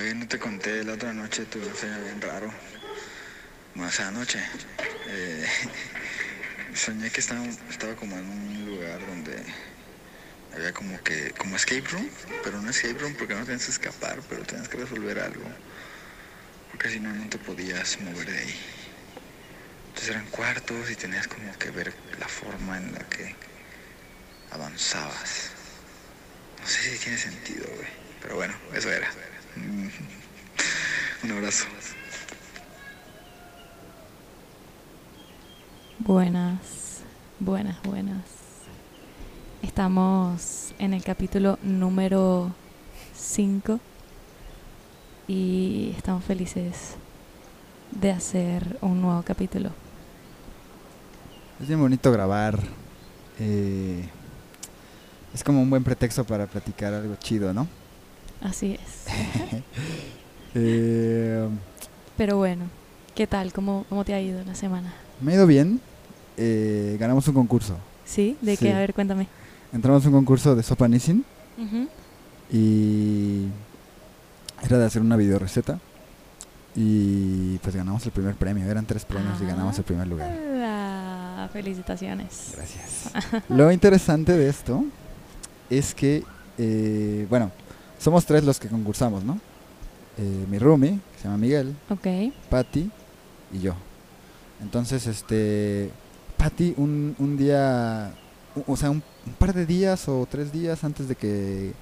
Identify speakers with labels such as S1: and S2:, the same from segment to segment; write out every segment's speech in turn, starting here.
S1: Oye, no te conté la otra noche, tuve un sueño bien raro. Más anoche. eh, soñé que estaba, estaba como en un lugar donde había como que, como escape room, pero no escape room porque no tienes que escapar, pero tienes que resolver algo. Porque si no, no te podías mover de ahí. Entonces eran cuartos y tenías como que ver la forma en la que avanzabas. No sé si tiene sentido, güey. Pero bueno, eso era. Mm. Un abrazo.
S2: Buenas, buenas, buenas. Estamos en el capítulo número 5 y estamos felices de hacer un nuevo capítulo.
S3: Es bien bonito grabar. eh, es como un buen pretexto para platicar algo chido, ¿no?
S2: Así es.
S3: Eh,
S2: Pero bueno, ¿qué tal? ¿Cómo, cómo te ha ido la semana?
S3: me ha ido bien. Eh, ganamos un concurso.
S2: ¿Sí? ¿De
S3: Sí.
S2: qué? A ver, cuéntame.
S3: Entramos a un concurso de sopa Nissin
S2: Ujú.
S3: y era de hacer una videoreceta. Y pues ganamos el primer premio. Eran tres premios y ganamos
S2: Ah.
S3: el primer lugar.
S2: Hola, Ah, Felicitaciones.
S3: Gracias. Lo interesante de esto es que, eh, bueno, somos tres los que concursamos, ¿no? Eh, mi roomie, que se llama Miguel,
S2: Ok.
S3: Patty y yo. Entonces, este, Patty un, un día, o- o sea, un, un par de días o tres días antes de que,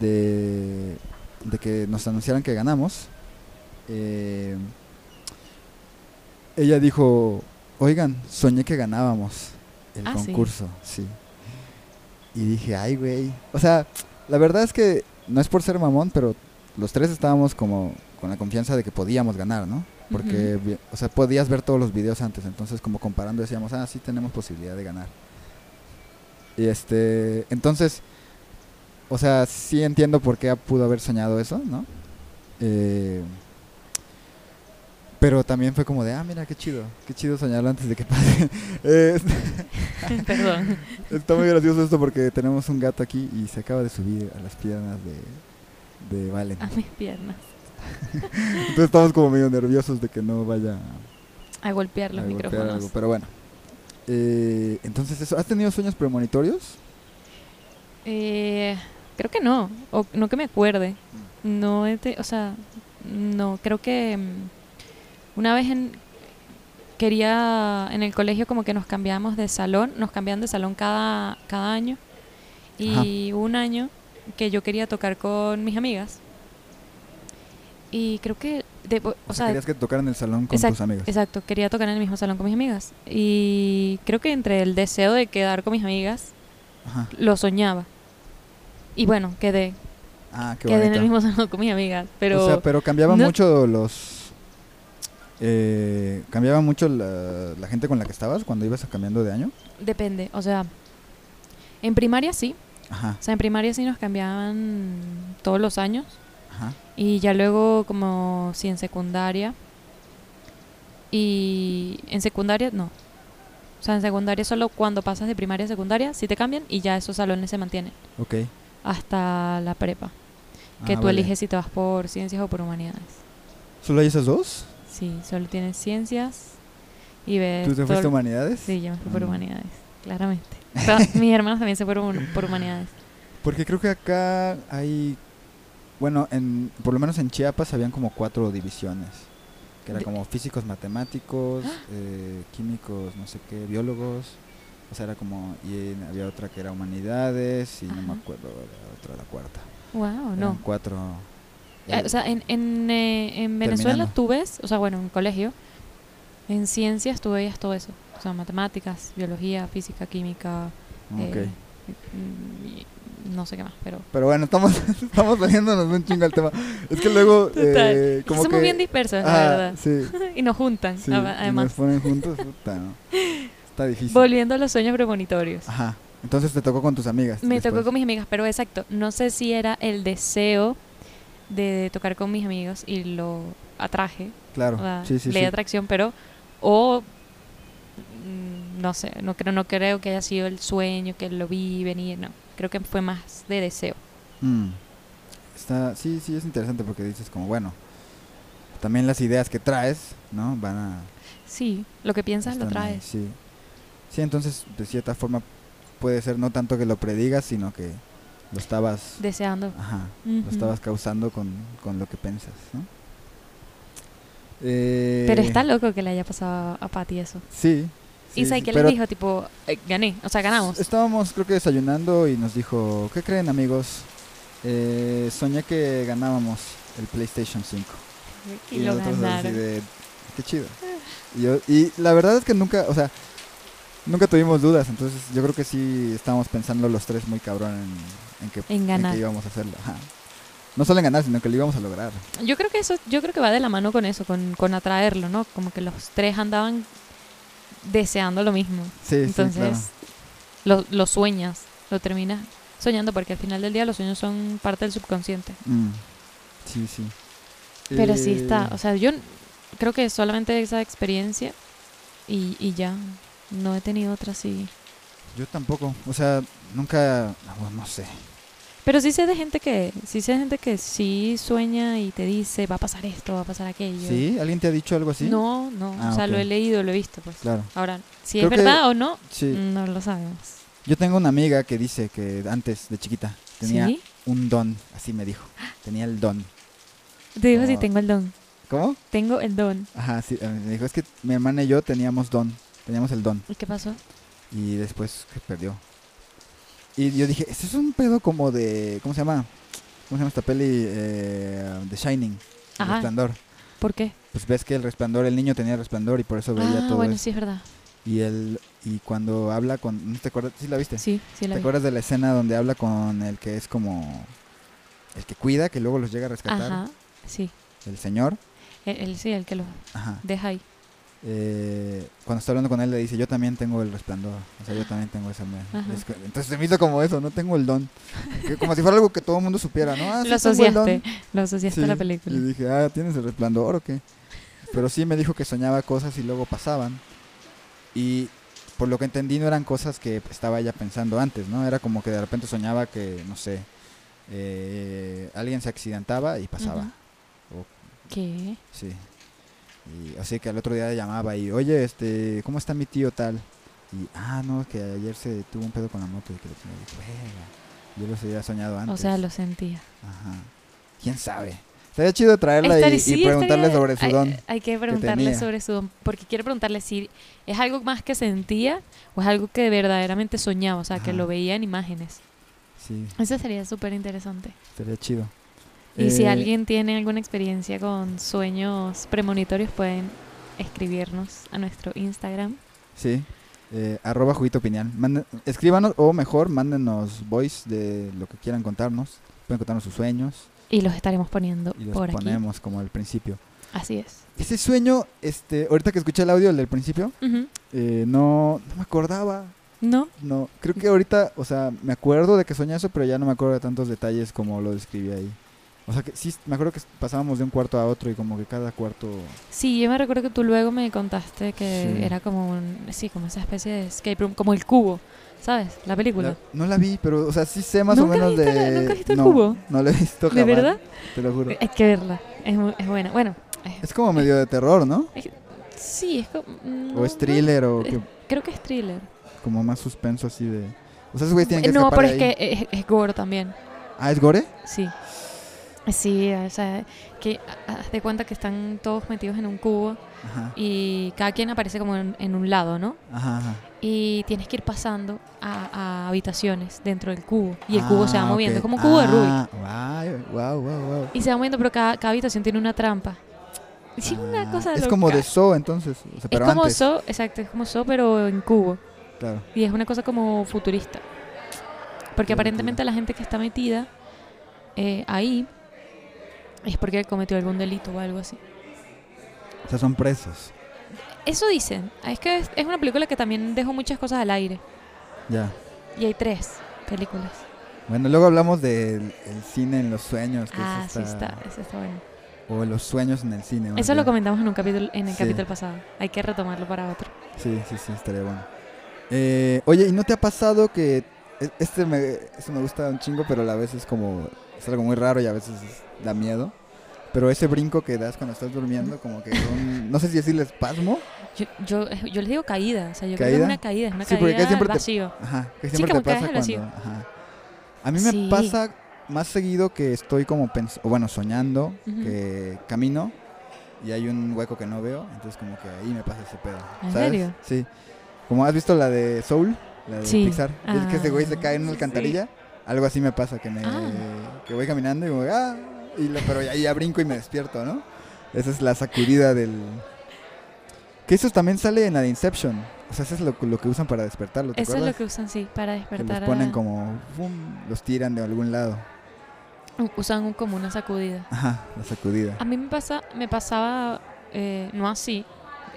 S3: de, de que nos anunciaran que ganamos, eh, ella dijo, oigan, soñé que ganábamos el
S2: Ah, sí.
S3: concurso, sí. Y dije, ay, güey. O sea, la verdad es que no es por ser mamón, pero los tres estábamos como con la confianza de que podíamos ganar, ¿no? Porque, vi- o sea, podías ver todos los videos antes, entonces como comparando decíamos, ah, sí tenemos posibilidad de ganar. Y este, entonces, o sea, sí entiendo por qué pudo haber soñado eso, ¿no? Eh, pero también fue como de, ah, mira, qué chido, qué chido soñarlo antes de que pase. Eh,
S2: Perdón.
S3: Está muy gracioso esto porque tenemos un gato aquí y se acaba de subir a las piernas de, de Valen.
S2: A mis piernas.
S3: Entonces estamos como medio nerviosos de que no vaya
S2: A golpear los
S3: a golpear
S2: micrófonos.
S3: algo. Pero bueno. Eh, entonces eso, ¿has tenido sueños premonitorios?
S2: Eh, creo que no, o no que me acuerde. No, he te- o sea, no, creo que mm, una vez en, quería en el colegio como que nos cambiamos de salón, nos cambian de salón cada, cada año y hubo un año que yo quería tocar con mis amigas y creo que, de- o,
S3: O, sea,
S2: sea,
S3: querías que te tocaran el salón con
S2: exact-
S3: tus amigos.
S2: Exacto, quería tocar en el mismo salón con mis amigas y creo que entre el deseo de quedar con mis amigas
S3: Ajá.
S2: lo soñaba. Y bueno, quedé,
S3: Ah, qué
S2: quedé en
S3: bonito.
S2: el mismo salón con mis amigas, pero
S3: o sea, pero cambiaba
S2: no-
S3: mucho los... eh, cambiaba mucho la, la gente con la que estabas cuando ibas cambiando de año.
S2: depende, o sea, en primaria sí,
S3: Ajá,
S2: o sea, en primaria sí nos cambiaban todos los años
S3: ajá.
S2: y ya luego como si en secundaria y en secundaria no. O sea, en secundaria solo cuando pasas de primaria a secundaria sí te cambian y ya esos salones se mantienen
S3: Ok.
S2: hasta la prepa, que
S3: Ah,
S2: tú
S3: vale.
S2: eliges si te vas por ciencias o por humanidades.
S3: ¿Solo hay esas dos?
S2: Sí, solo tienes ciencias y ves.
S3: ¿Tú te
S2: todo
S3: fuiste a
S2: lo-
S3: humanidades?
S2: Sí, yo me fui por
S3: Ah.
S2: humanidades, claramente. Todas mis hermanas también se fueron por- por humanidades.
S3: Porque creo que acá hay, bueno, en, por lo menos en Chiapas habían como cuatro divisiones, que eran
S2: De- Ah.
S3: como físicos, matemáticos, eh, químicos, no sé qué, biólogos, o sea, era como, y en- había otra que era humanidades, y no me
S2: Ajá.
S3: acuerdo, la otra, la cuarta.
S2: Wow,
S3: Eran
S2: no.
S3: cuatro.
S2: Eh, o sea, en, en, eh, en Venezuela
S3: Ah, Terminando.
S2: tú ves, o sea, bueno, en colegio, En ciencias tú veías todo eso. O sea, matemáticas, biología, física, química. eh, mm, y no sé qué más, pero.
S3: Pero bueno, estamos, estamos saliéndonos un chingo al tema. Es que luego.
S2: Total.
S3: eh,
S2: Y
S3: como
S2: somos
S3: que-
S2: bien dispersos, la
S3: Ah,
S2: verdad.
S3: Sí,
S2: Y nos juntan,
S3: sí.
S2: a-
S3: Y nos
S2: además.
S3: ponen juntos, puta, ¿no? Está difícil.
S2: Volviendo a los sueños premonitorios.
S3: Ajá. Entonces te tocó con tus amigas.
S2: Me
S3: después.
S2: tocó con mis amigas, pero exacto, no sé si era el deseo de tocar con mis amigos y lo atraje,
S3: Claro.
S2: o sea,
S3: Ah, Sí, sí,
S2: le
S3: sí.
S2: di atracción, pero o mm, no sé, no creo no creo que haya sido el sueño que lo vi venir, no, creo que fue más de deseo.
S3: Mm. Está, sí, sí, es interesante porque dices como, bueno, también las ideas que traes, ¿no? Van a...
S2: Sí, lo que piensas lo
S3: están ahí,
S2: traes.
S3: Sí. sí, entonces de cierta forma puede ser no tanto que lo predigas, sino que lo estabas...
S2: Deseando.
S3: Ajá,
S2: Ujú.
S3: lo estabas causando con, con lo que piensas, ¿no? Eh,
S2: Pero está loco que le haya pasado a Patty eso.
S3: Sí. sí,
S2: Isai,
S3: sí,
S2: ¿qué
S3: pero
S2: le dijo? Tipo, eh, gané, o sea, ganamos.
S3: Estábamos creo que desayunando y nos dijo, ¿qué creen amigos? Eh, soñé que ganábamos el PlayStation 5.
S2: Y lo
S3: nosotros así
S2: ganaron.
S3: de, qué chido. Y, yo- y la verdad es que nunca, o sea, nunca tuvimos dudas, entonces yo creo que sí estábamos pensando los tres muy cabrón en, en que,
S2: En ganar.
S3: que íbamos a hacerlo. ajá. No solo en ganar, sino que lo íbamos a lograr.
S2: Yo creo que eso, yo creo que va de la mano con eso, con, con atraerlo, ¿no? Como que los tres andaban deseando lo mismo.
S3: Sí, sí, claro.
S2: Entonces, lo, lo sueñas, lo terminas soñando, porque al final del día los sueños son parte del subconsciente.
S3: Mm. Sí, sí.
S2: Pero
S3: Eh,
S2: sí está, o sea, yo n- creo que solamente esa experiencia y, y ya. No he tenido otra así.
S3: Yo tampoco, o sea, nunca, bueno, no sé.
S2: Pero sí sé de gente que, sí sé de gente que sí sueña y te dice, va a pasar esto, va a pasar aquello.
S3: ¿Sí? ¿Alguien te ha dicho algo así?
S2: No, no,
S3: Ah,
S2: o sea,
S3: ok.
S2: lo he leído, lo he visto, pues.
S3: Claro,
S2: Ahora, si
S3: Creo
S2: es
S3: que-
S2: verdad o no,
S3: sí.
S2: no lo sabemos.
S3: Yo tengo una amiga que dice que antes de chiquita tenía
S2: ¿Sí?
S3: un don, así me dijo. Tenía el don.
S2: Te digo si
S3: Oh.
S2: tengo el don.
S3: ¿Cómo?
S2: Tengo el don.
S3: Ajá, sí, eh, me dijo, es que mi hermana y yo teníamos don, teníamos el don
S2: ¿Y qué pasó?
S3: y después se perdió. Y yo dije, esto es un pedo como de, ¿cómo se llama? ¿Cómo se llama esta peli? Eh, The Shining, El
S2: Ajá.
S3: Resplandor.
S2: ¿Por qué?
S3: Pues ves que el resplandor, el niño tenía resplandor y por eso veía
S2: Ah,
S3: todo
S2: bueno,
S3: eso.
S2: sí es verdad.
S3: Y él, y cuando habla con, ¿no te acuerdas? ¿Sí la viste?
S2: Sí, sí la
S3: ¿Te
S2: vi.
S3: acuerdas de la escena donde habla con el que es como el que cuida, que luego los llega a rescatar?
S2: Ajá, sí.
S3: El señor.
S2: Él, él sí, el que lo
S3: Ajá.
S2: deja ahí.
S3: Eh, cuando está hablando con él le dice, yo también tengo el resplandor. O sea, yo también tengo esa mierda.
S2: Ajá.
S3: Es que- Entonces se me hizo como eso, no tengo el don. Que como si fuera algo que todo el mundo supiera, ¿no? Ah, sí,
S2: lo
S3: tengo el don.
S2: asociaste, lo asociaste a la
S3: Sí,
S2: película.
S3: Y dije, ah, ¿tienes el resplandor o qué? Pero sí me dijo que soñaba cosas y luego pasaban. Y por lo que entendí no eran cosas que estaba ella pensando antes, ¿no? Era como que de repente soñaba que, no sé, eh, alguien se accidentaba y pasaba.
S2: ¿Qué?
S3: Sí. Y así que al otro día le llamaba y, oye, este, ¿cómo está mi tío tal? Y, ah, no, es que ayer se tuvo un pedo con la moto y que le tenía que- Verga. Yo los había soñado antes.
S2: O sea, lo sentía.
S3: Ajá. ¿Quién sabe? Sería chido traerla y,
S2: Estaría- eh,
S3: y
S2: sí,
S3: preguntarle
S2: estaría-
S3: sobre su
S2: hay-
S3: don.
S2: Hay, que preguntarle
S3: tenía.
S2: sobre su don, porque quiero preguntarle si es algo más que sentía o es algo que verdaderamente soñaba, o sea, que
S3: Ajá.
S2: lo veía en imágenes.
S3: Sí,
S2: Eso sería súper interesante.
S3: estaría chido.
S2: Y si
S3: Eh,
S2: alguien tiene alguna experiencia con sueños premonitorios, pueden escribirnos a nuestro Instagram.
S3: Sí. Eh, arroba juguito Piñal. Mande- escríbanos o mejor, mándenos voice de lo que quieran contarnos. Pueden contarnos sus sueños
S2: Y los estaremos poniendo
S3: y los
S2: por aquí.
S3: ponemos como al principio.
S2: Así es.
S3: Ese sueño, este, ahorita que escuché el audio el del principio,
S2: Ujú.
S3: eh, no, no me acordaba.
S2: ¿No?
S3: No, creo que ahorita, o sea, me acuerdo de que soñé eso, pero ya no me acuerdo de tantos detalles como lo describí ahí. O sea, que sí, me acuerdo que pasábamos de un cuarto a otro y como que cada cuarto...
S2: Sí, yo me recuerdo que tú luego me contaste que
S3: Sí.
S2: era como un, sí, como esa especie de escape room, como el cubo, ¿sabes? La película.
S3: La- no la vi, pero, o sea, sí sé más o
S2: ¿Nunca
S3: menos
S2: viste
S3: de...
S2: la- nunca viste el
S3: no,
S2: cubo?
S3: No la he visto
S2: ¿De
S3: jamás.
S2: verdad?
S3: Te lo juro.
S2: Hay que verla. Es, mu- es buena. Bueno,
S3: Es como medio de terror, ¿no?
S2: sí, es como... mm,
S3: O es thriller o
S2: eh,
S3: que-
S2: Creo que es thriller. Eh,
S3: como más suspenso así de... O sea, esos güeyes tienen que
S2: no,
S3: escapar
S2: pero
S3: de
S2: es
S3: ahí.
S2: que es, es gore también.
S3: Ah, ¿es gore?
S2: Sí. Sí, o sea, que ha- haz de cuenta que están todos metidos en un cubo
S3: Ajá,
S2: y cada quien aparece como en, en un lado, ¿no?
S3: ajá, ajá.
S2: Y tienes que ir pasando a, a habitaciones dentro del cubo y el cubo se va
S3: Ah,
S2: moviendo,
S3: ok.
S2: es como un cubo de Rubik.
S3: Ah, guay, guau, guau, guau.
S2: Y se va moviendo, pero cada, cada habitación tiene una trampa. Sí, una
S3: Ah,
S2: cosa
S3: es
S2: loca.
S3: como de So, entonces. o sea,
S2: Es
S3: pero
S2: como
S3: antes.
S2: So, exacto, es como So, pero en cubo.
S3: Claro.
S2: Y es una cosa como futurista. Porque
S3: Qué
S2: aparentemente la gente que está metida eh, ahí es porque cometió algún delito o algo así.
S3: O sea, son presos.
S2: Eso dicen. Es que es, es una película que también dejó muchas cosas al aire.
S3: Ya.
S2: Y hay tres películas.
S3: Bueno, luego hablamos del el cine en los sueños. Que
S2: ah,
S3: eso
S2: sí, está, eso está bueno.
S3: O los sueños en el cine. más
S2: Eso lo
S3: bien.
S2: comentamos en, un capítulo, en el
S3: Sí.
S2: capítulo pasado. Hay que retomarlo para otro.
S3: Sí, sí, sí, estaría bueno. Eh, oye, ¿y no te ha pasado que e- este me, esto me gusta un chingo, pero a la vez es como es algo muy raro y a veces es- da miedo? Pero ese brinco que das cuando estás durmiendo, como que un- no sé si decirle espasmo,
S2: Yo, yo, yo les digo caída. O sea, yo creo que
S3: ¿Caída?
S2: es una caída. Es una
S3: Sí, porque
S2: caída
S3: siempre
S2: al
S3: te-
S2: vacío.
S3: ajá, que
S2: Sí,
S3: siempre
S2: como
S3: te pasa
S2: que
S3: cuando,
S2: hagas así.
S3: ajá. A mí me
S2: Sí.
S3: pasa más seguido que estoy como pens- o bueno, soñando
S2: Ujú.
S3: que camino y hay un hueco que no veo, entonces como que ahí me pasa ese pedo.
S2: ¿En
S3: ¿sabes?
S2: serio?
S3: Sí. Como has visto la de Soul, la de
S2: Sí.
S3: Pixar, ¿ves que ese güey se cae en una
S2: Ah,
S3: alcantarilla, algo así me pasa que me
S2: Ah.
S3: que voy caminando y como ah y lo- pero ahí ya brinco y me despierto, ¿no? Esa es la sacudida del que eso también sale en la de Inception. O sea, eso es lo, lo que usan para despertarlo, ¿te
S2: Eso es
S3: acuerdas?
S2: lo que usan, sí, para
S3: que los
S2: despertar. a-
S3: ponen como ¡fum! los tiran de algún lado.
S2: Usan un- como una sacudida.
S3: Ajá, la sacudida.
S2: A mí me, pasa, me pasaba, eh, no así,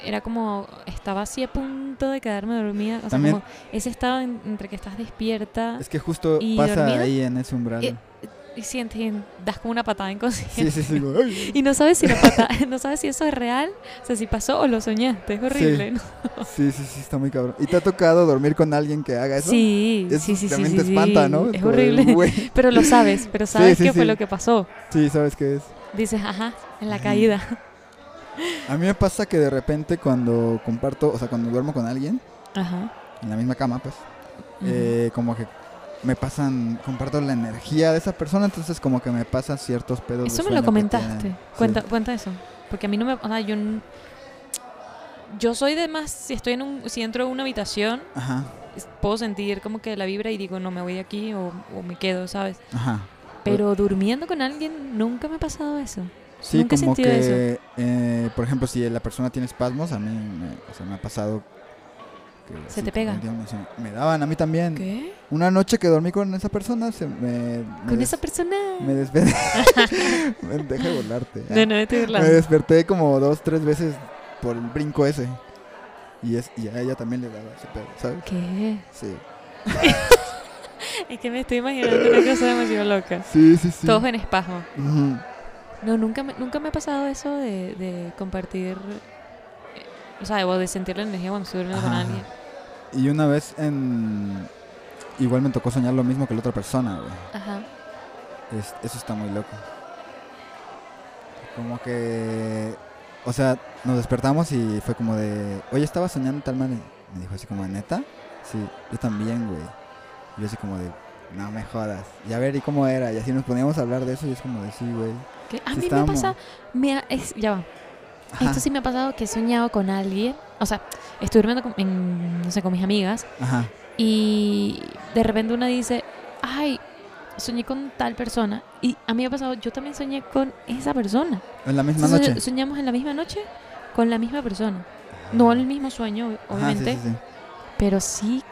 S2: era como, estaba así a punto de quedarme dormida. O sea,
S3: También-
S2: como ese estado en- entre que estás despierta
S3: Es que justo
S2: ¿Y
S3: pasa
S2: dormido?
S3: ahí en ese umbral.
S2: Eh, y sientes, y das como una patada
S3: sí,
S2: inconsciente.
S3: sí, sí. como, ¡ay!
S2: Y no sabes si la pata- no sabes si eso es real, o sea, si pasó o lo soñaste, es horrible. ¿no?
S3: sí, sí, sí, está muy cabrón. ¿Y te ha tocado dormir con alguien que haga eso?
S2: Sí,
S3: Eso
S2: sí, sí, sí,
S3: también
S2: sí,
S3: te
S2: sí.
S3: espanta, ¿no?
S2: Es
S3: como de,
S2: horrible.
S3: "Güey".
S2: Pero lo sabes, pero sabes
S3: sí,
S2: qué fue
S3: sí.
S2: lo que pasó.
S3: Sí, ¿sabes qué es?
S2: Dices, ajá, en la
S3: Ajá.
S2: caída.
S3: A mí me pasa que de repente cuando comparto, o sea, cuando duermo con alguien,
S2: Ajá.
S3: en la misma cama, pues,
S2: Ujú.
S3: eh, como que me pasan, comparto la energía de esa persona, entonces como que me pasan ciertos pedos. de
S2: Eso me
S3: sueño
S2: lo
S3: que
S2: comentaste.
S3: tienen. Sí.
S2: Cuenta, cuenta eso. Porque a mí no me. O sea, yo. n- Yo soy de más. Si estoy en un. Si entro a una habitación,
S3: Ajá,
S2: es- puedo sentir como que la vibra y digo, no me voy de aquí o, o me quedo, ¿sabes?
S3: ajá.
S2: Pero durmiendo con alguien nunca me ha pasado eso.
S3: Sí,
S2: Nunca he
S3: como
S2: sentido
S3: que, eh, por ejemplo, si la persona tiene espasmos, a mí me, o sea, me ha pasado. que
S2: ¿Se
S3: sí,
S2: te pega?
S3: como que me- se- Me daban, a mí también.
S2: ¿Qué?
S3: Una noche que dormí con esa persona, se me. me
S2: Con
S3: des-
S2: esa persona.
S3: Me desperté. Me deja de burlarte.
S2: No, no, estoy
S3: Me
S2: burlando.
S3: desperté como dos, tres veces por el brinco ese. Y, es, y a ella también le daba ese pedo, ¿sabes?
S2: ¿Qué?
S3: Sí.
S2: Es que me estoy imaginando una cosa demasiado loca.
S3: Sí, sí, sí.
S2: Todos en espasmo.
S3: Ujú.
S2: No, nunca me, nunca me ha pasado eso de, de compartir. eh, O sea, o de sentir la energía cuando estoy durmiendo con
S3: Ajá.
S2: alguien.
S3: Y una vez en. Igual me tocó soñar lo mismo que la otra persona, güey.
S2: Ajá.
S3: Es- eso está muy loco. Como que. O sea, nos despertamos y fue como de. Oye, estaba soñando tal manera. Me dijo así como, ¿neta? Sí, yo también, güey. Yo así como de. No me jodas. Y a ver, ¿y cómo era? Y así nos poníamos a hablar de eso y es como de, sí, güey.
S2: Que a
S3: Sí
S2: mí
S3: estábamos-
S2: me pasa, me ha- es- ya va.
S3: Ajá,
S2: Esto sí me ha pasado que he soñado con alguien, o sea, estoy durmiendo con, en- no sé, con mis amigas
S3: ajá.
S2: y de repente una dice, ay, soñé con tal persona y a mí me ha pasado, yo también soñé con esa persona.
S3: En la misma
S2: Entonces,
S3: noche.
S2: Soñamos en la misma noche con la misma persona, no el mismo sueño, ob-
S3: Ajá, sí,
S2: obviamente,
S3: Ah, sí, sí.
S2: pero sí,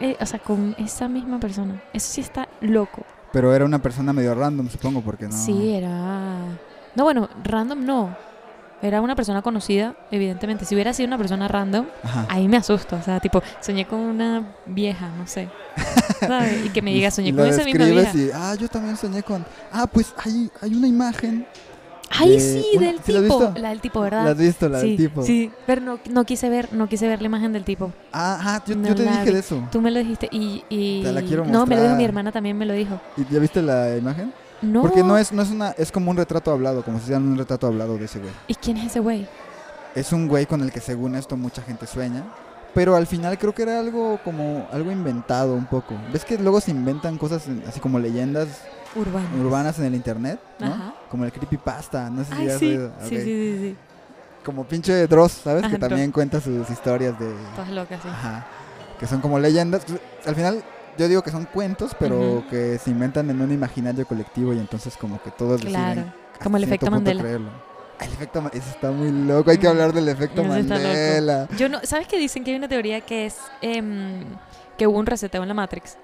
S2: eh, o sea, con esa misma persona. Eso sí está loco.
S3: Pero era una persona medio random, supongo, porque no.
S2: Sí, era. No, bueno, random no. Era una persona conocida, evidentemente. Si hubiera sido una persona random,
S3: Ajá.
S2: ahí me asusto. O sea, tipo, soñé con una vieja, no sé. ¿Sabes? Y que me
S3: Y-
S2: diga, soñé
S3: y
S2: con
S3: lo
S2: esa misma
S3: describes
S2: vieja.
S3: y, ah, yo también soñé con. Ah, pues hay, hay una imagen
S2: Ay,
S3: de
S2: sí,
S3: una-
S2: del
S3: ¿Sí la has
S2: tipo.
S3: visto?
S2: La del tipo,
S3: La
S2: ¿verdad?
S3: has visto, la
S2: sí,
S3: del tipo.
S2: Sí, pero no, no quise ver, no quise ver la imagen del tipo.
S3: Ah, ajá, yo, yo
S2: No
S3: te
S2: la
S3: dije
S2: vi.
S3: de eso.
S2: Tú me lo dijiste y. y-
S3: Te la quiero
S2: no, me lo dijo
S3: mostrar.
S2: mi hermana también, me lo dijo.
S3: ¿Y ya viste la imagen?
S2: No.
S3: Porque no es, no es una, es como un retrato hablado, como si hicieran un retrato hablado de ese güey.
S2: ¿Y quién es ese güey?
S3: Es un güey con el que según esto mucha gente sueña. Pero al final creo que era algo como algo inventado un poco. ¿Ves que luego se inventan cosas en- así como leyendas
S2: Urbano.
S3: urbanas en el internet? ¿no?
S2: Ajá.
S3: Como el creepypasta, no sé si
S2: Ay,
S3: has
S2: sí.
S3: oído.
S2: Sí,
S3: Ok.
S2: sí, sí, sí.
S3: Como pinche Dross, ¿sabes?
S2: Ajá,
S3: que también cuenta sus historias de...
S2: Todas locas, sí.
S3: Ajá. Que son como leyendas. Pues, Al final, yo digo que son cuentos, pero
S2: Ujú.
S3: que se inventan en un imaginario colectivo y entonces como que todos deciden
S2: Claro.
S3: hasta
S2: Como el
S3: cierto
S2: efecto
S3: punto
S2: Mandela.
S3: creerlo. Ah, El efecto Ma- ese está muy loco. Hay que hablar del efecto
S2: Ese está loco.
S3: Mandela.
S2: Yo no, ¿Sabes que dicen que hay una teoría que es em, que hubo un reseteo en la Matrix?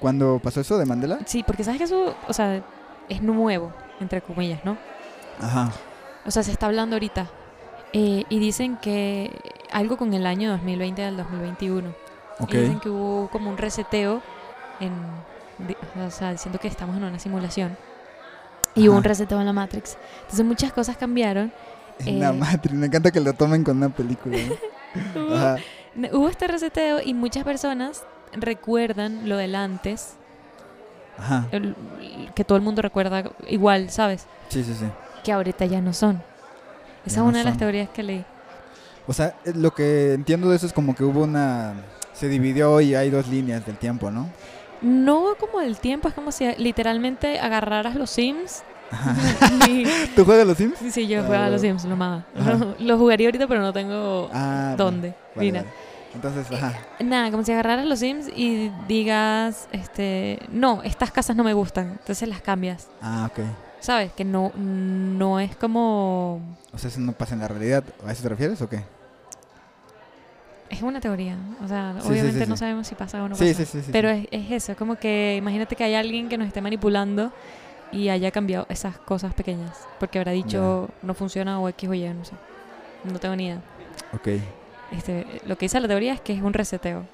S3: Cuando pasó eso de Mandela.
S2: Sí, porque sabes que eso, o sea, es nuevo, entre comillas, ¿no?
S3: Ajá.
S2: O sea, se está hablando ahorita. Eh, y dicen que algo con el año 2020 al 2021.
S3: Ok.
S2: Y dicen que hubo como un reseteo en... di- o sea, diciendo que estamos en una simulación. Y hubo
S3: Ajá.
S2: un reseteo en la Matrix. Entonces muchas cosas cambiaron.
S3: En la
S2: eh.
S3: Matrix. Me encanta que lo tomen con una película. ¿eh? Ajá.
S2: Ne- Hubo este reseteo y muchas personas recuerdan lo del antes,
S3: Ajá.
S2: el- el que todo el mundo recuerda igual, ¿sabes?
S3: Sí, sí, sí.
S2: Que ahorita ya no son. Esa
S3: Ya
S2: es
S3: no
S2: una de las
S3: son.
S2: teorías que leí.
S3: O sea, eh, lo que entiendo de eso es como que hubo una... Se dividió y hay dos líneas del tiempo, ¿no?
S2: No como el tiempo, es como si literalmente agarraras los Sims.
S3: Ajá.
S2: y,
S3: ¿Tú juegas los Sims?
S2: sí, sí, yo
S3: Ah,
S2: jugaba a los
S3: bueno.
S2: Sims, lo amaba.
S3: Ajá.
S2: Lo jugaría ahorita, pero no tengo
S3: Ah,
S2: dónde.
S3: vale,
S2: Mira.
S3: vale. Entonces, ajá.
S2: Nada, como si agarraras los Sims y digas, este, no, estas casas no me gustan. Entonces las cambias.
S3: Ah, ok.
S2: ¿Sabes? Que no, no es como...
S3: O sea, eso no pasa en la realidad. ¿A eso te refieres o qué?
S2: Es una teoría. O sea,
S3: Sí, sí,
S2: obviamente
S3: sí,
S2: no
S3: sí.
S2: sabemos si pasa o no
S3: sí,
S2: pasa.
S3: sí, sí, sí.
S2: Pero
S3: sí.
S2: es, es eso, como que imagínate que hay alguien que nos esté manipulando y haya cambiado esas cosas pequeñas. Porque habrá dicho, no funciona o X o Y, no sé. No tengo ni idea.
S3: Ok.
S2: Este, lo que dice la teoría es que es un reseteo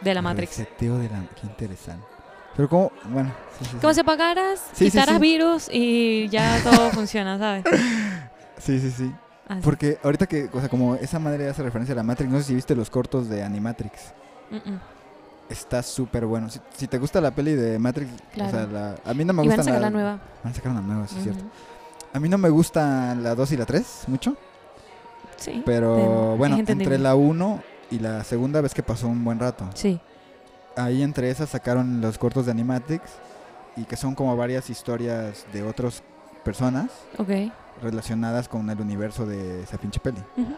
S2: de la Matrix.
S3: Reseteo de la... Qué interesante. Pero como... Bueno. Sí, sí,
S2: Como
S3: sí.
S2: si apagaras,
S3: Sí, sí,
S2: quitaras
S3: sí.
S2: virus y ya todo funciona, ¿sabes?
S3: sí, sí, sí.
S2: Así.
S3: Porque ahorita que... O sea, como esa madre hace referencia a la Matrix. No sé si viste los cortos de Animatrix.
S2: Mm, mm.
S3: Está súper bueno. Si, si te gusta la peli de Matrix... O sea,
S2: Claro.
S3: la- a mí no me
S2: Y van
S3: gusta
S2: a sacar la nueva.
S3: Van a sacar una nueva, sí, es cierto.
S2: Ujú.
S3: A mí no me gustan la 2 y la 3 mucho,
S2: Sí.
S3: pero
S2: Entiendo.
S3: bueno,
S2: Es
S3: entre
S2: entendible.
S3: la 1 y la segunda vez que pasó un buen rato.
S2: Sí.
S3: Ahí entre esas sacaron los cortos de Animatics y que son como varias historias de otras personas
S2: Ok.
S3: relacionadas con el universo de esa pinche peli.
S2: Ujú.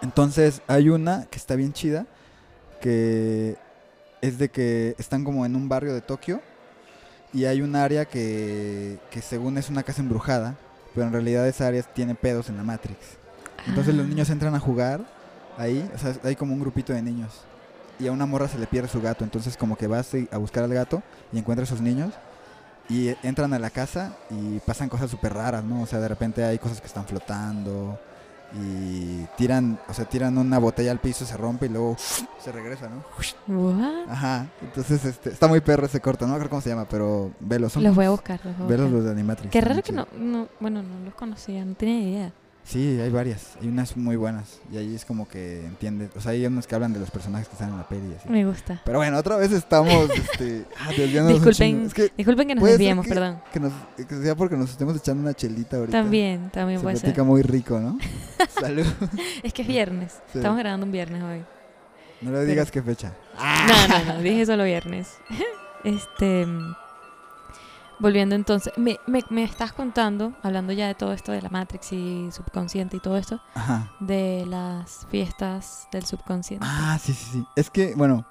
S3: Entonces hay una que está bien chida, que es de que están como en un barrio de Tokio y hay un área que, que según es una casa embrujada, pero en realidad esa área tiene pedos en la Matrix. Entonces los
S2: Ah.
S3: niños entran a jugar ahí, o sea, hay como un grupito de niños. Y a una morra se le pierde su gato, entonces como que vas y- a buscar al gato y encuentra a sus niños y eh, entran a la casa y pasan cosas súper raras, ¿no? O sea, de repente hay cosas que están flotando y tiran, o sea, tiran una botella al piso, se rompe y luego se regresa, ¿no?
S2: What?
S3: Ajá, entonces este, está muy perro ese corto, no me acuerdo cómo se llama, pero velos, son
S2: Los voy a buscar. Los voy a
S3: velos
S2: buscar.
S3: los de Animatrix.
S2: Qué
S3: están
S2: raro
S3: muy
S2: que
S3: chidos.
S2: no, no- Bueno, no los conocía, no tenía idea.
S3: Sí, hay varias, hay unas muy buenas y ahí es como que entiendes, o sea, hay unas que hablan de los personajes que están en la peli y así.
S2: Me gusta.
S3: Pero bueno, otra vez estamos este, ah, desviándonos un
S2: Disculpen,
S3: chingo. Es que,
S2: Disculpen que nos
S3: puede ser
S2: desviemos,
S3: que-
S2: perdón.
S3: que, nos, que sea porque nos estemos echando una chelita ahorita.
S2: También, también
S3: Se
S2: puede
S3: platica
S2: ser.
S3: muy rico, ¿no? Salud.
S2: Es que es viernes.
S3: Sí.
S2: Estamos grabando un viernes hoy.
S3: No le digas qué fecha.
S2: No, no, no, dije solo viernes. Este. mm, Volviendo entonces, me, me, me estás contando, hablando ya de todo esto de la Matrix y subconsciente y todo esto,
S3: Ajá.
S2: de las fiestas del subconsciente.
S3: Ah, sí, sí, sí. Es que, bueno,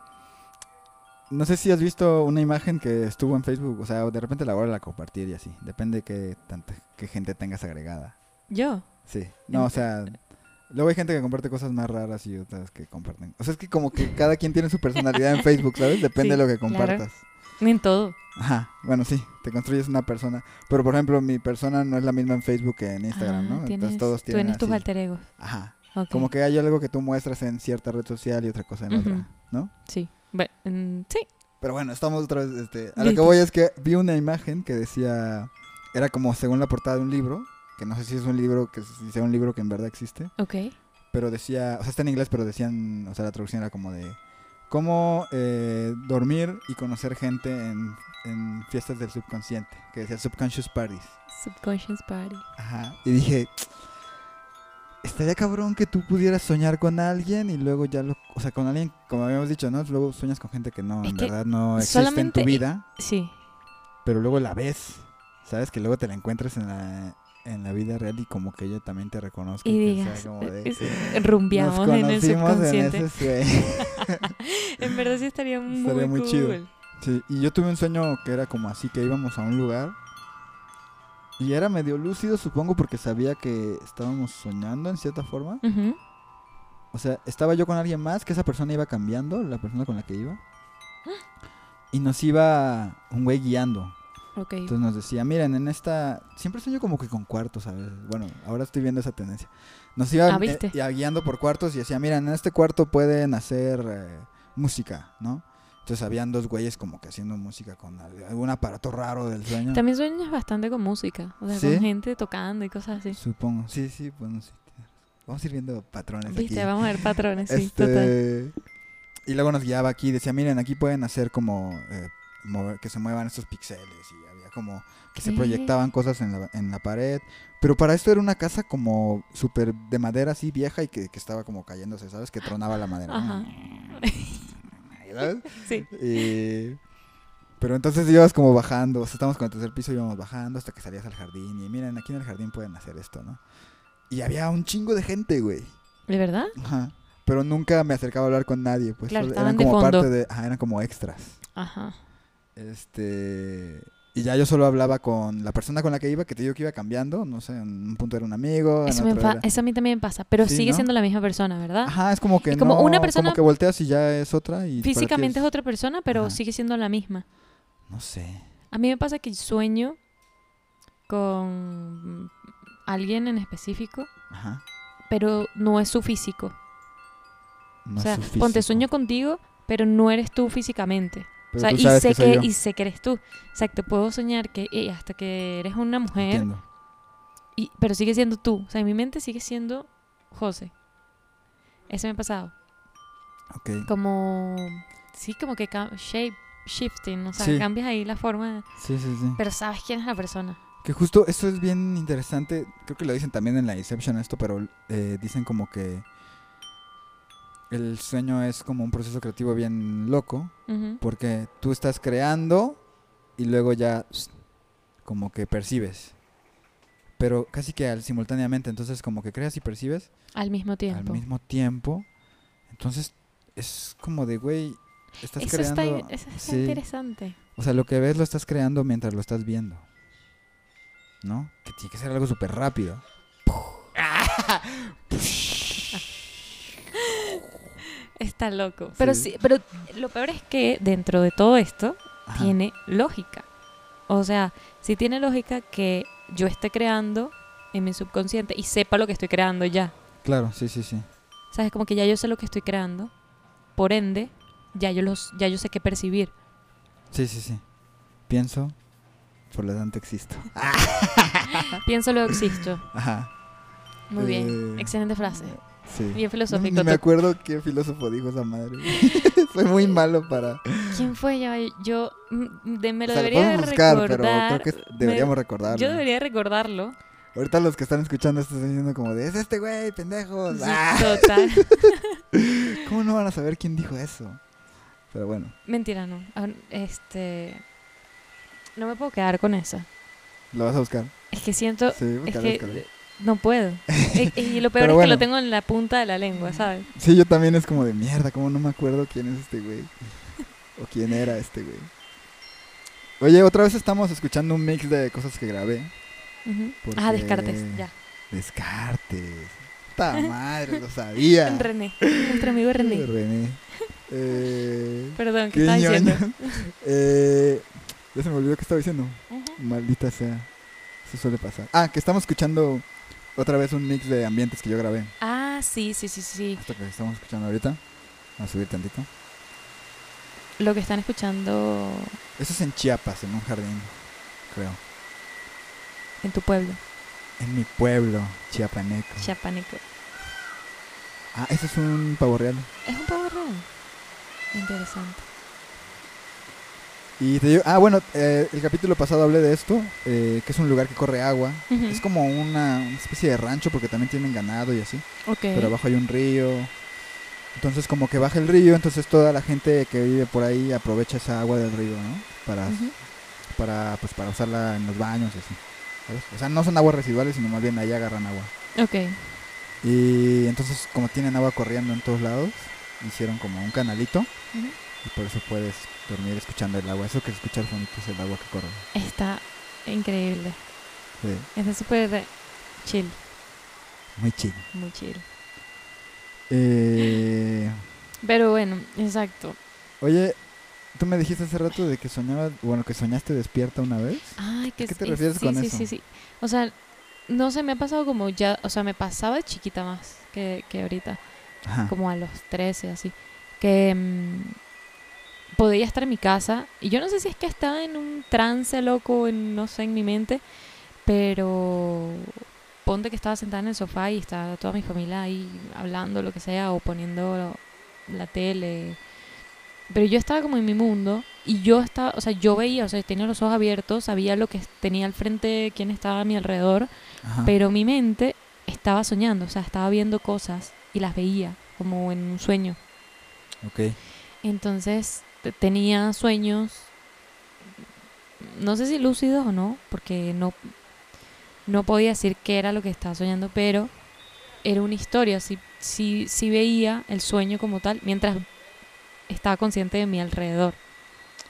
S3: no sé si has visto una imagen que estuvo en Facebook. O sea, de repente la voy a compartir y así. Depende qué, tanta, qué gente tengas agregada.
S2: Yo.
S3: Sí. No, o
S2: pues,
S3: sea,
S2: eh.
S3: luego hay gente que comparte cosas más raras y otras que comparten. O sea, es que como que cada quien tiene su personalidad en Facebook, ¿sabes? Depende
S2: Sí,
S3: de lo que
S2: claro.
S3: compartas.
S2: En todo.
S3: Ajá, bueno, sí, te construyes una persona. Pero, por ejemplo, mi persona no es la misma en Facebook que en Instagram,
S2: Ah,
S3: ¿no? Entonces
S2: tienes-
S3: todos tienen
S2: Tú tienes tus
S3: así.
S2: alter egos.
S3: Ajá,
S2: Ok.
S3: como que hay algo que tú muestras en cierta red social y otra cosa en
S2: Ujú.
S3: otra, ¿no?
S2: Sí. Ve- mm, sí.
S3: Pero bueno, estamos otra vez, este... A lo que
S2: Listo.
S3: voy es que vi una imagen que decía... Era como según la portada de un libro, que no sé si es un libro, que si sea un libro que en verdad existe.
S2: Ok.
S3: pero decía, o sea, está en inglés, pero decían, o sea, la traducción era como de cómo eh, dormir y conocer gente en, en fiestas del subconsciente, que decía subconscious parties.
S2: Subconscious Party.
S3: Ajá. Y dije, estaría cabrón que tú pudieras soñar con alguien y luego ya lo, o sea, con alguien, como habíamos dicho, ¿no? Luego sueñas con gente que no,
S2: Es
S3: en
S2: que
S3: verdad no existe en tu
S2: solamente-
S3: vida,
S2: Sí.
S3: pero luego la ves, ¿sabes? Que luego te la encuentras en la, en la vida real y como que ella también te reconozca
S2: Y
S3: que sea
S2: digas,
S3: como de-
S2: es- rumbeamos en el subconsciente.
S3: en ese sueño.
S2: En verdad sí estaría muy,
S3: Estaría muy
S2: cool.
S3: chido. Sí, y yo tuve un sueño que era como así, que íbamos a un lugar Y era medio lúcido, supongo, porque sabía que estábamos soñando en cierta forma.
S2: Ujú.
S3: O sea, estaba yo con alguien más, que esa persona iba cambiando, la persona con la que iba. Y nos iba un güey guiando.
S2: Ok.
S3: Entonces nos decía, miren, en esta... Siempre sueño como que con cuartos, ¿sabes? Bueno, ahora estoy viendo esa tendencia. Nos iba
S2: Ah, ¿viste?
S3: eh, ya guiando por cuartos y decía, miren, en este cuarto pueden hacer eh, música, ¿no? Entonces habían dos güeyes como que haciendo música con al- algún aparato raro del sueño.
S2: También sueñas bastante con música, o sea,
S3: ¿Sí?
S2: con gente tocando y cosas así.
S3: Supongo. Sí, sí, bueno, sí. tienes razón. Vamos a ir viendo patrones
S2: Viste,
S3: aquí.
S2: vamos a ver patrones, sí,
S3: Este,
S2: total.
S3: Y luego nos guiaba aquí, decía, miren, aquí pueden hacer como eh, mover- que se muevan estos pixeles y había como que se
S2: ¿Qué?
S3: proyectaban cosas en la, en la pared. Pero para esto era una casa como súper de madera así vieja y que, que estaba como cayéndose, ¿sabes? Que tronaba la madera.
S2: Ajá.
S3: ¿Sabes?
S2: Sí.
S3: Y- pero entonces ibas como bajando, o sea, estábamos con el tercer piso, íbamos bajando hasta que salías al jardín y miren, aquí en el jardín pueden hacer esto, ¿no? Y había un chingo de gente, güey.
S2: ¿De verdad?
S3: Ajá. Pero nunca me acercaba a hablar con nadie, pues
S2: Claro,
S3: solo-
S2: estaban
S3: eran
S2: de
S3: como
S2: fondo.
S3: parte de, ajá, eran como extras.
S2: Ajá.
S3: Este, y ya yo solo hablaba con la persona con la que iba, que te digo que iba cambiando, no sé, en un punto era un amigo, en
S2: Eso, me
S3: otro
S2: pa-
S3: era-
S2: eso a mí también me pasa, pero
S3: Sí,
S2: sigue
S3: ¿no?
S2: siendo la misma persona, ¿verdad?
S3: Ajá, es como que
S2: Es como
S3: no-
S2: una persona-
S3: como que volteas y ya es otra y para ti
S2: Físicamente es otra persona, pero
S3: Ajá.
S2: sigue siendo la misma.
S3: No sé.
S2: A mí me pasa que sueño con alguien en específico,
S3: Ajá.
S2: pero no es su físico.
S3: No
S2: o sea,
S3: es su
S2: ponte
S3: físico.
S2: sueño contigo, pero no eres tú físicamente.
S3: Pero
S2: o sea,
S3: tú
S2: y
S3: sabes
S2: sé
S3: soy
S2: que,
S3: yo.
S2: y sé que eres tú. Exacto, puedo soñar que eh, hasta que eres una mujer,
S3: Entiendo.
S2: y, pero sigue siendo tú. O sea, en mi mente sigue siendo José. Eso me ha pasado.
S3: Ok.
S2: Como, sí, como que ca- shape shifting, o sea,
S3: Sí.
S2: cambias ahí la forma,
S3: Sí, sí, sí.
S2: pero sabes quién es la persona.
S3: Que justo eso es bien interesante. Creo que lo dicen también en la Inception esto, pero eh, dicen como que el sueño es como un proceso creativo bien loco,
S2: Ujú.
S3: porque tú estás creando y luego ya pss, como que percibes. Pero casi que al, simultáneamente, entonces como que creas y percibes
S2: Al mismo
S3: al
S2: tiempo.
S3: mismo tiempo. Entonces es como de, güey, estás
S2: Eso está,
S3: creando...
S2: in- eso está
S3: sí.
S2: interesante.
S3: O sea, lo que ves lo estás creando mientras lo estás viendo. ¿No? Que tiene que ser algo súper rápido.
S2: Está loco. Pero
S3: Sí.
S2: sí, pero lo peor es que dentro de todo esto
S3: Ajá.
S2: tiene lógica. O sea, sí tiene lógica que yo esté creando en mi subconsciente y sepa lo que estoy creando ya.
S3: Claro, sí, sí, sí.
S2: ¿Sabes? Como que ya yo sé lo que estoy creando. Por ende, ya yo, los, ya yo sé qué percibir.
S3: Sí, sí, sí. Pienso, por lo tanto existo.
S2: Pienso lo existo.
S3: Ajá.
S2: Muy bien.
S3: Eh,
S2: Excelente frase.
S3: Sí.
S2: Bien
S3: No, ni
S2: filosófico.
S3: me
S2: tú.
S3: acuerdo qué filósofo dijo esa madre. Soy muy malo para.
S2: ¿Quién fue? Ya va, Yo mm, de- me lo
S3: o sea, lo
S2: debería de
S3: podemos buscar,
S2: recordar.
S3: pero creo que deberíamos recordarlo.
S2: Yo debería recordarlo.
S3: Ahorita los que están escuchando esto están diciendo como de: ¡Es este güey, pendejos!
S2: Sí,
S3: Ah,
S2: Total.
S3: ¿Cómo no van a saber quién dijo eso? Pero bueno.
S2: Mentira, no. Ah, Este. No me puedo quedar con esa.
S3: Lo vas a buscar.
S2: Es que siento.
S3: Sí,
S2: es
S3: búscalo,
S2: que
S3: búscalo.
S2: no puedo. Y- y lo
S3: Pero
S2: peor es que
S3: bueno.
S2: lo tengo en la punta de la lengua, ¿sabes?
S3: Sí, yo también es como de mierda, como no me acuerdo quién es este güey. O quién era este güey. Oye, otra vez estamos escuchando un mix de cosas que grabé.
S2: Ujú.
S3: Porque-
S2: Ah, descartes, ya.
S3: Descartes. ¡Ta madre! Lo sabía.
S2: René. Nuestro amigo René.
S3: René. Eh,
S2: Perdón,
S3: qué
S2: ¿qué estaba
S3: ñoño.
S2: diciendo?
S3: Eh, ya se me olvidó que estaba diciendo.
S2: Ujú.
S3: Maldita sea. Eso suele pasar. Ah, que estamos escuchando otra vez un mix de ambientes que yo grabé.
S2: Ah, sí, sí, sí, sí.
S3: Esto que estamos escuchando ahorita. Vamos a subir tantito.
S2: Lo que están escuchando
S3: Eso es en Chiapas, en un jardín, creo.
S2: en tu pueblo,
S3: En mi pueblo, chiapaneco.
S2: Chapaneco.
S3: ah, eso es un pavo real.
S2: Es un pavo real. Interesante.
S3: Y te digo, ah, bueno, eh, el capítulo pasado hablé de esto, eh, que es un lugar que corre agua.
S2: Ujú.
S3: Es como una, una especie de rancho porque también tienen ganado y así.
S2: Ok.
S3: Pero abajo hay un río. Entonces como que baja el río, entonces toda la gente que vive por ahí aprovecha esa agua del río, ¿no? Para,
S2: Ujú.
S3: para, pues, para usarla en los baños y así. ¿sabes? O sea, no son aguas residuales, sino más bien ahí agarran agua.
S2: Ok.
S3: Y entonces como tienen agua corriendo en todos lados, hicieron como un canalito
S2: Ujú.
S3: y por eso puedes dormir escuchando el agua. Eso que se escucha al fondo es el agua que corre.
S2: Está increíble.
S3: Sí,
S2: Es súper chill,
S3: muy chido.
S2: muy chill.
S3: Eh,
S2: Pero bueno, exacto.
S3: oye, tú me dijiste hace rato de que soñaba, bueno, que soñaste despierta una vez.
S2: Ay, que
S3: ¿A qué
S2: es-
S3: te
S2: es-
S3: refieres
S2: sí,
S3: con
S2: sí,
S3: eso?
S2: Sí, sí, O sea, no sé, me ha pasado como ya, o sea, me pasaba de chiquita más que, que ahorita,
S3: Ajá.
S2: como a los 13, así, que mm, podía estar en mi casa y yo no sé si es que estaba en un trance loco, en, no sé, en mi mente, pero ponte que estaba sentada en el sofá y estaba toda mi familia ahí hablando, lo que sea, o poniendo la tele. Pero yo estaba como en mi mundo y yo estaba, o sea, yo veía, o sea, tenía los ojos abiertos, sabía lo que tenía al frente, quién estaba a mi alrededor,
S3: Ajá.
S2: pero mi mente estaba soñando, o sea, estaba viendo cosas y las veía como en un sueño.
S3: Ok.
S2: Entonces te- tenía sueños, no sé si lúcidos o no, porque no, no podía decir qué era lo que estaba soñando, pero era una historia, sí, sí, sí veía el sueño como tal mientras estaba consciente de mi alrededor.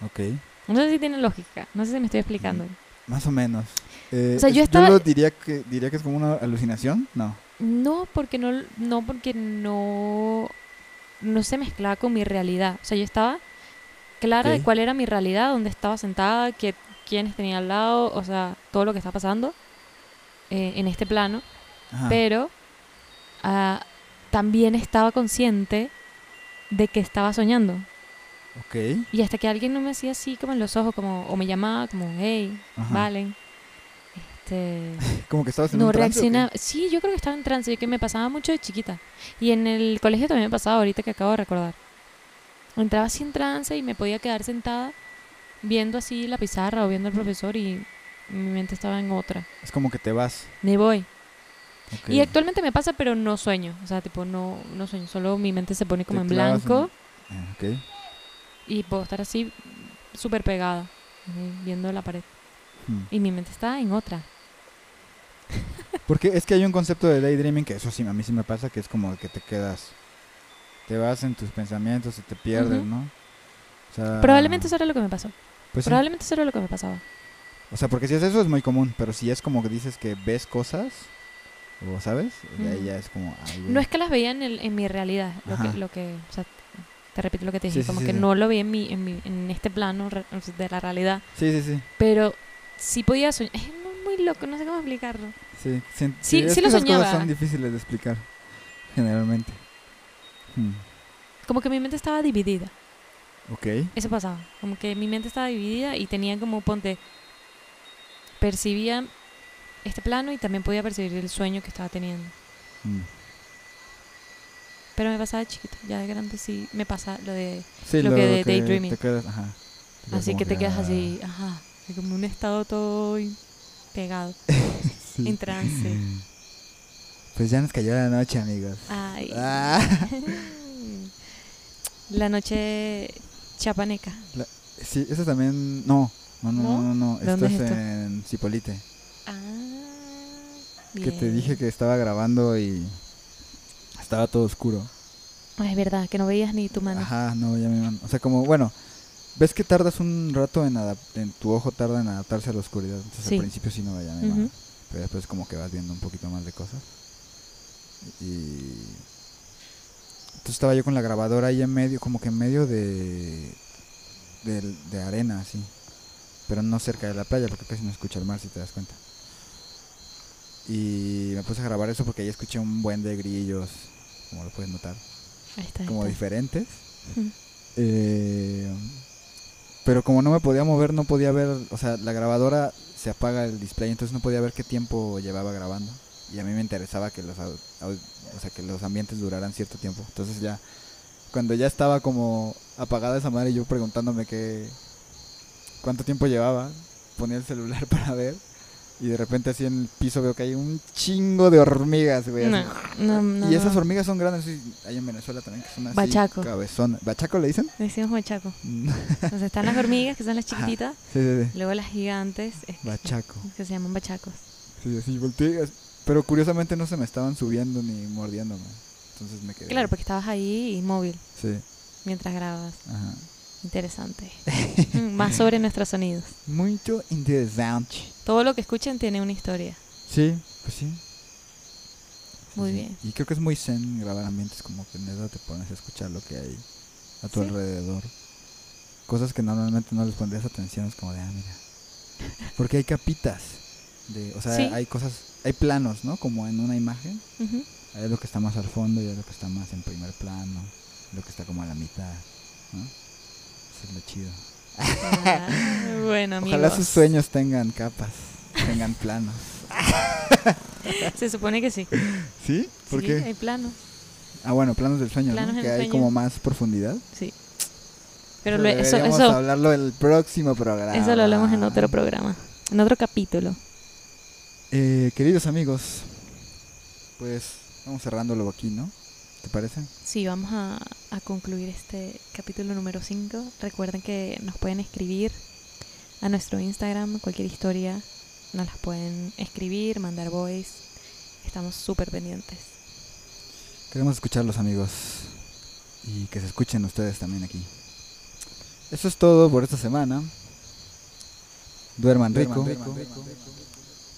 S3: Ok,
S2: No sé si tiene lógica, no sé si me estoy explicando.
S3: más o menos. Eh,
S2: O sea, yo
S3: es-
S2: estaba-
S3: lo diría que, diría que es como una alucinación, no.
S2: No, porque no, no, porque no, no se mezclaba con mi realidad. O sea, yo estaba clara
S3: Ok.
S2: de cuál era mi realidad, dónde estaba sentada, qué, quiénes tenía al lado, o sea, todo lo que estaba pasando eh, en este plano.
S3: Ajá.
S2: Pero ah, también estaba consciente de que estaba soñando.
S3: Ok,
S2: Y hasta que alguien no me hacía así como en los ojos, como, o me llamaba como, hey,
S3: Ajá.
S2: Valen. Este,
S3: como que estabas en
S2: no
S3: un trance, ¿o qué?
S2: reaccionaba. Sí, yo creo que estaba en trance, yo que me pasaba mucho de chiquita. Y en el colegio también me pasaba ahorita que acabo de recordar. Entraba así en trance y me podía quedar sentada viendo así la pizarra o viendo al profesor y mi mente estaba en otra.
S3: Es como que te vas.
S2: Me voy.
S3: ok.
S2: Y actualmente me pasa, pero no sueño. O sea, tipo, no, no sueño. Solo mi mente se pone como
S3: Te
S2: en
S3: clavas
S2: blanco
S3: Ah, ok.
S2: y puedo estar así súper pegada, así, viendo la pared.
S3: Hmm.
S2: Y mi mente está en otra.
S3: Porque es que hay un concepto de daydreaming que eso sí, a mí sí me pasa, que es como que te quedas, te vas en tus pensamientos y te pierdes,
S2: Ujú.
S3: ¿no? O sea,
S2: Probablemente eso era lo que me pasó.
S3: pues sí.
S2: Probablemente eso era lo que me pasaba.
S3: O sea, porque si es eso es muy común, pero si es como que dices que ves cosas, o sabes, de ahí
S2: Ujú.
S3: ya es como... ay, güey.
S2: No es que las veía en, el- en mi realidad, lo
S3: Ajá.
S2: que, lo que, o sea, te repito lo que te
S3: Sí,
S2: dije,
S3: sí,
S2: como
S3: sí,
S2: que
S3: sí.
S2: no lo vi en, mi, en, mi- en este plano re- de la realidad,
S3: Sí, sí, sí.
S2: pero sí podía soñar, es muy, muy loco, no sé cómo explicarlo.
S3: Sí, sí,
S2: Sí,
S3: es
S2: sí
S3: que
S2: lo
S3: esas cosas
S2: soñaba.
S3: son difíciles de explicar, generalmente. Hmm,
S2: Como que mi mente estaba dividida,
S3: Ok,
S2: eso pasaba, como que mi mente estaba dividida y tenía como, ponte, percibía este plano y también podía percibir el sueño que estaba teniendo.
S3: hmm.
S2: Pero me pasaba de chiquita, ya de grande sí me pasa lo de...
S3: Sí,
S2: Lo que de daydreaming.
S3: Te quedas, ajá. Te quedas
S2: Así
S3: como
S2: que te quedas
S3: ah,
S2: así, ajá, como un estado todo y pegado,
S3: sí.
S2: en trance.
S3: Pues ya nos cayó la noche, amigos.
S2: Ay.
S3: Ah,
S2: La noche chapaneca.
S3: sí, eso también. No, no, no, no,
S2: ¿No?
S3: no. no, Esto
S2: ¿Dónde
S3: es
S2: es esto?
S3: en Cipolite.
S2: Ah,
S3: Que te
S2: bien.
S3: dije que estaba grabando y estaba todo oscuro.
S2: Ah, es verdad, que no veías ni tu mano.
S3: Ajá, no, ya me man- O sea, como, bueno, ves que tardas un rato en adap en tu ojo tarda en adaptarse a la oscuridad. Entonces
S2: Sí.
S3: al principio sí no veía mi
S2: Ujú.
S3: mano. Pero después como que vas viendo un poquito más de cosas. Y entonces estaba yo con la grabadora ahí en medio, como que en medio de de, de arena así. Pero no cerca de la playa porque casi no escucha el mar si te das cuenta. Y me puse a grabar eso porque ahí escuché un buen de grillos, como lo puedes notar,
S2: Ahí está. ahí
S3: como
S2: está.
S3: diferentes.
S2: Mm.
S3: Eh, pero como no me podía mover, no podía ver, o sea, la grabadora se apaga el display, entonces no podía ver qué tiempo llevaba grabando. Y a mí me interesaba que los, au- au- o sea, que los ambientes duraran cierto tiempo. Entonces ya, cuando ya estaba como apagada esa madre, yo preguntándome qué, cuánto tiempo llevaba, ponía el celular para ver. Y de repente así en el piso veo que hay un chingo de hormigas, güey. así.
S2: No, no, no.
S3: y esas
S2: no.
S3: hormigas son grandes, sí, hay en Venezuela también que son así.
S2: Bachaco.
S3: cabezonas. ¿Bachaco le dicen?
S2: Decimos machaco.
S3: Mm,
S2: Entonces están las hormigas, que son las
S3: Ajá.
S2: chiquititas,
S3: sí, sí, sí.
S2: luego las gigantes, eh,
S3: Bachaco.
S2: que se llaman bachacos.
S3: Sí, así volteas. Pero curiosamente no se me estaban subiendo ni
S2: pues.
S3: mordiéndome. Entonces me quedé.
S2: Claro, porque estabas ahí inmóvil
S3: Sí,
S2: mientras grababas.
S3: ajá.
S2: Interesante. Mm, Más sobre nuestros sonidos.
S3: Mucho interesante.
S2: Todo lo que escuchan tiene una historia.
S3: Sí, pues sí. Sí,
S2: Muy
S3: sí.
S2: bien.
S3: Y creo que es muy zen grabar ambientes como que neta te pones a escuchar lo que hay a tu
S2: Sí.
S3: alrededor. Cosas que normalmente no les pondrías atención, es como de, ah, mira. Porque hay capitas. De, o sea,
S2: Sí.
S3: hay cosas, hay planos, ¿no? Como en una imagen.
S2: Ujú.
S3: Hay lo que está más al fondo y hay lo que está más en primer plano. Lo que está como a la mitad, ¿no? Eso es lo chido.
S2: Ah, bueno, amigos.
S3: Ojalá sus sueños tengan capas, tengan planos.
S2: Se supone que sí.
S3: ¿Sí? ¿Por
S2: sí,
S3: qué?
S2: hay planos.
S3: Ah, bueno, planos del sueño,
S2: Planos
S3: ¿no?
S2: del
S3: Que hay
S2: sueño.
S3: como más profundidad.
S2: Sí. Pero lo- eso,
S3: Deberíamos
S2: eso,
S3: hablarlo el próximo programa.
S2: eso lo hablamos en otro programa, en otro capítulo.
S3: Eh, queridos amigos, pues vamos cerrándolo aquí, ¿no? ¿Te parece?
S2: Sí, vamos a, a concluir este capítulo número 5. Recuerden que nos pueden escribir a nuestro Instagram, cualquier historia, nos las pueden escribir, mandar voice. Estamos súper pendientes.
S3: Queremos escucharlos, amigos. Y que se escuchen ustedes también aquí. Eso es todo por esta semana. Duerman rico.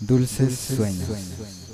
S3: Dulces, sueños.